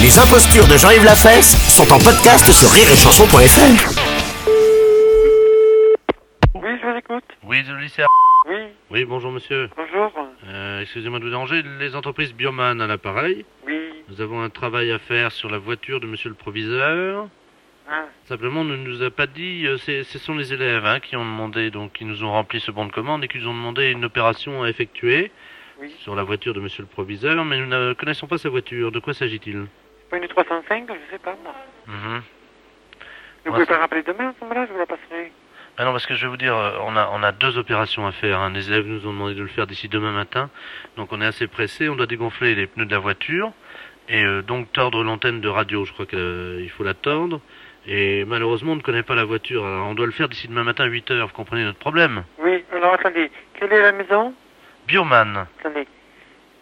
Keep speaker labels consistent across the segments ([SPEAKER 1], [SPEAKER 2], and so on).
[SPEAKER 1] Les impostures de Jean-Yves Lafesse sont en podcast sur rireetchanson.fr.
[SPEAKER 2] Oui, je vous écoute.
[SPEAKER 3] Oui, je le lycée.
[SPEAKER 2] Oui,
[SPEAKER 3] Oui, bonjour monsieur.
[SPEAKER 2] bonjour.
[SPEAKER 3] Euh, Excusez-moi de vous déranger. Les entreprises Bioman à l'appareil.
[SPEAKER 2] Oui,
[SPEAKER 3] Nous avons un travail à faire sur la voiture de monsieur le proviseur.
[SPEAKER 2] hein,
[SPEAKER 3] Simplement, on ne nous a pas dit. euh, c'est- ce sont les élèves hein, qui ont demandé, donc qui nous ont rempli ce bon de commande et qui nous ont demandé une opération à effectuer
[SPEAKER 2] oui.
[SPEAKER 3] sur la voiture de monsieur le proviseur, mais nous ne connaissons pas sa voiture. De quoi s'agit-il
[SPEAKER 2] C'est Pas une 305, je sais pas moi.
[SPEAKER 3] Mhm.
[SPEAKER 2] Vous
[SPEAKER 3] Ouais,
[SPEAKER 2] pouvez
[SPEAKER 3] c'est-
[SPEAKER 2] pas rappeler demain à ce moment-là, je vous la passerai.
[SPEAKER 3] Ah non, parce que je vais vous dire, euh, on a, on a deux opérations à faire. hein. Les élèves nous ont demandé de le faire d'ici demain matin. Donc on est assez pressé. On doit dégonfler les pneus de la voiture. Et euh, donc tordre l'antenne de radio. Je crois qu'il faut la tordre. Et malheureusement, on ne connaît pas la voiture. Alors on doit le faire d'ici demain matin à 8 heures. Vous comprenez notre problème
[SPEAKER 2] Oui, alors attendez, quelle est la maison
[SPEAKER 3] Bioman.
[SPEAKER 2] Attendez,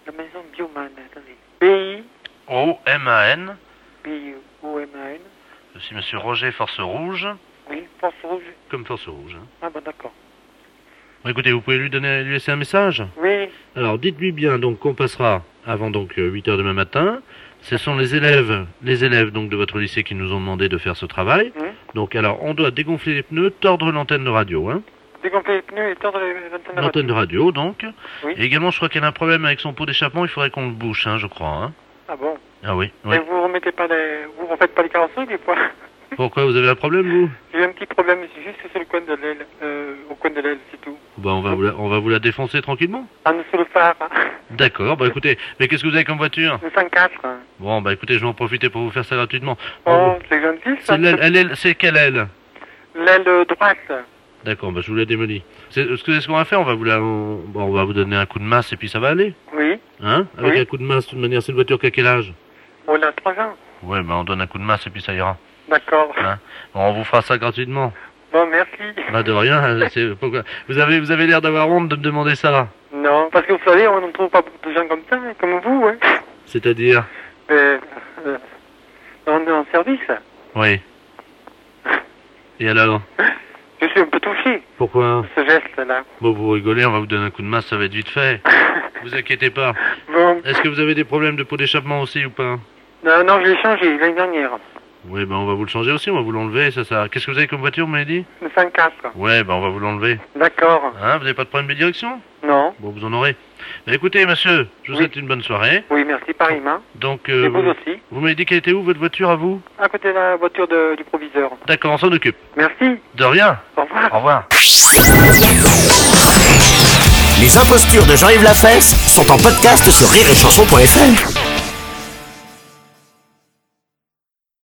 [SPEAKER 2] la maison Bioman, attendez. B-I,
[SPEAKER 3] O-M-A-N.
[SPEAKER 2] B-O-M-A-N,
[SPEAKER 3] C'est monsieur Roger Force Rouge.
[SPEAKER 2] oui, Force Rouge.
[SPEAKER 3] Comme Force Rouge. hein.
[SPEAKER 2] Ah bon, d'accord.
[SPEAKER 3] Bon, écoutez, vous pouvez lui, donner, lui laisser un message
[SPEAKER 2] Oui,
[SPEAKER 3] Alors dites-lui bien donc qu'on passera avant donc 8 heures demain matin. Ce sont les élèves, les élèves donc de votre lycée qui nous ont demandé de faire ce travail.
[SPEAKER 2] Oui.
[SPEAKER 3] Donc alors on doit dégonfler les pneus, tordre l'antenne de radio, hein.
[SPEAKER 2] dégonfler les pneus et tordre les antennes de
[SPEAKER 3] l'antenne de
[SPEAKER 2] radio.
[SPEAKER 3] radio donc.
[SPEAKER 2] Oui.
[SPEAKER 3] Et également je crois qu'elle a un problème avec son pot d'échappement, il faudrait qu'on le bouche, hein, je crois. Hein.
[SPEAKER 2] Ah bon
[SPEAKER 3] Ah oui.
[SPEAKER 2] Mais
[SPEAKER 3] oui.
[SPEAKER 2] vous remettez pas les... Vous refaites pas les carrosseries des fois
[SPEAKER 3] Pourquoi vous avez un problème vous
[SPEAKER 2] J'ai un petit problème, c'est juste sur le coin de l'aile, euh, au coin de l'aile, c'est tout.
[SPEAKER 3] Bah on va vous la, on va vous la défoncer tranquillement.
[SPEAKER 2] En dessous le phare, hein,
[SPEAKER 3] D'accord. Bah écoutez, mais qu'est-ce que vous avez comme voiture
[SPEAKER 2] le 104. hein.
[SPEAKER 3] Bon bah écoutez, je vais en profiter pour vous faire ça gratuitement.
[SPEAKER 2] Oh, c'est gentil ça.
[SPEAKER 3] Ah, C'est l'aile- elle est- c'est quelle aile
[SPEAKER 2] L'aile droite.
[SPEAKER 3] D'accord, bah je vous la démolis. C'est- Ce que ce qu'on va faire, on va vous la, on, bon, on va vous donner un coup de masse et puis ça va aller,
[SPEAKER 2] Oui.
[SPEAKER 3] hein Avec
[SPEAKER 2] Oui.
[SPEAKER 3] un coup de masse, de toute manière, c'est une voiture qui a quel âge
[SPEAKER 2] On a trois ans.
[SPEAKER 3] Ouais, bah on donne un coup de masse et puis ça ira.
[SPEAKER 2] D'accord.
[SPEAKER 3] Hein Bon, on vous fera ça gratuitement.
[SPEAKER 2] Bon, merci.
[SPEAKER 3] Bah de rien. hein, c'est- pourquoi- Vous avez, vous avez l'air d'avoir honte de me demander ça.
[SPEAKER 2] Non, parce que vous savez, on ne trouve pas beaucoup de gens comme ça, hein, comme vous, hein.
[SPEAKER 3] C'est-à-dire
[SPEAKER 2] Mais, euh, on est en service.
[SPEAKER 3] Oui. Et alors
[SPEAKER 2] Je suis un peu touché,
[SPEAKER 3] Pourquoi
[SPEAKER 2] ce geste-là.
[SPEAKER 3] Bon, vous rigolez, on va vous donner un coup de masse, ça va être vite fait. Vous inquiétez pas.
[SPEAKER 2] Bon,
[SPEAKER 3] Est-ce que vous avez des problèmes de pot d'échappement aussi ou pas
[SPEAKER 2] non, non, je l'ai changé l'année dernière.
[SPEAKER 3] Oui, bah on va vous le changer aussi, on va vous l'enlever, ça, ça. Qu'est-ce que vous avez comme voiture, vous m'avez dit
[SPEAKER 2] Le 104.
[SPEAKER 3] Ouais, bah on va vous l'enlever.
[SPEAKER 2] D'accord.
[SPEAKER 3] Hein, vous n'avez pas de problème de direction
[SPEAKER 2] Non.
[SPEAKER 3] Bon, vous en aurez. Bah, écoutez, monsieur, je vous
[SPEAKER 2] Oui.
[SPEAKER 3] souhaite une bonne soirée.
[SPEAKER 2] Oui, merci, pareillement.
[SPEAKER 3] Donc,
[SPEAKER 2] Et
[SPEAKER 3] euh,
[SPEAKER 2] vous
[SPEAKER 3] vous,
[SPEAKER 2] aussi.
[SPEAKER 3] vous m'avez dit qu'elle était où, votre voiture, à vous
[SPEAKER 2] À côté de la voiture de- du proviseur.
[SPEAKER 3] D'accord, on s'en occupe.
[SPEAKER 2] Merci.
[SPEAKER 3] De rien.
[SPEAKER 2] Au revoir.
[SPEAKER 3] Au revoir.
[SPEAKER 1] Les impostures de Jean-Yves Lafesse sont en podcast sur rireetchanson.fr.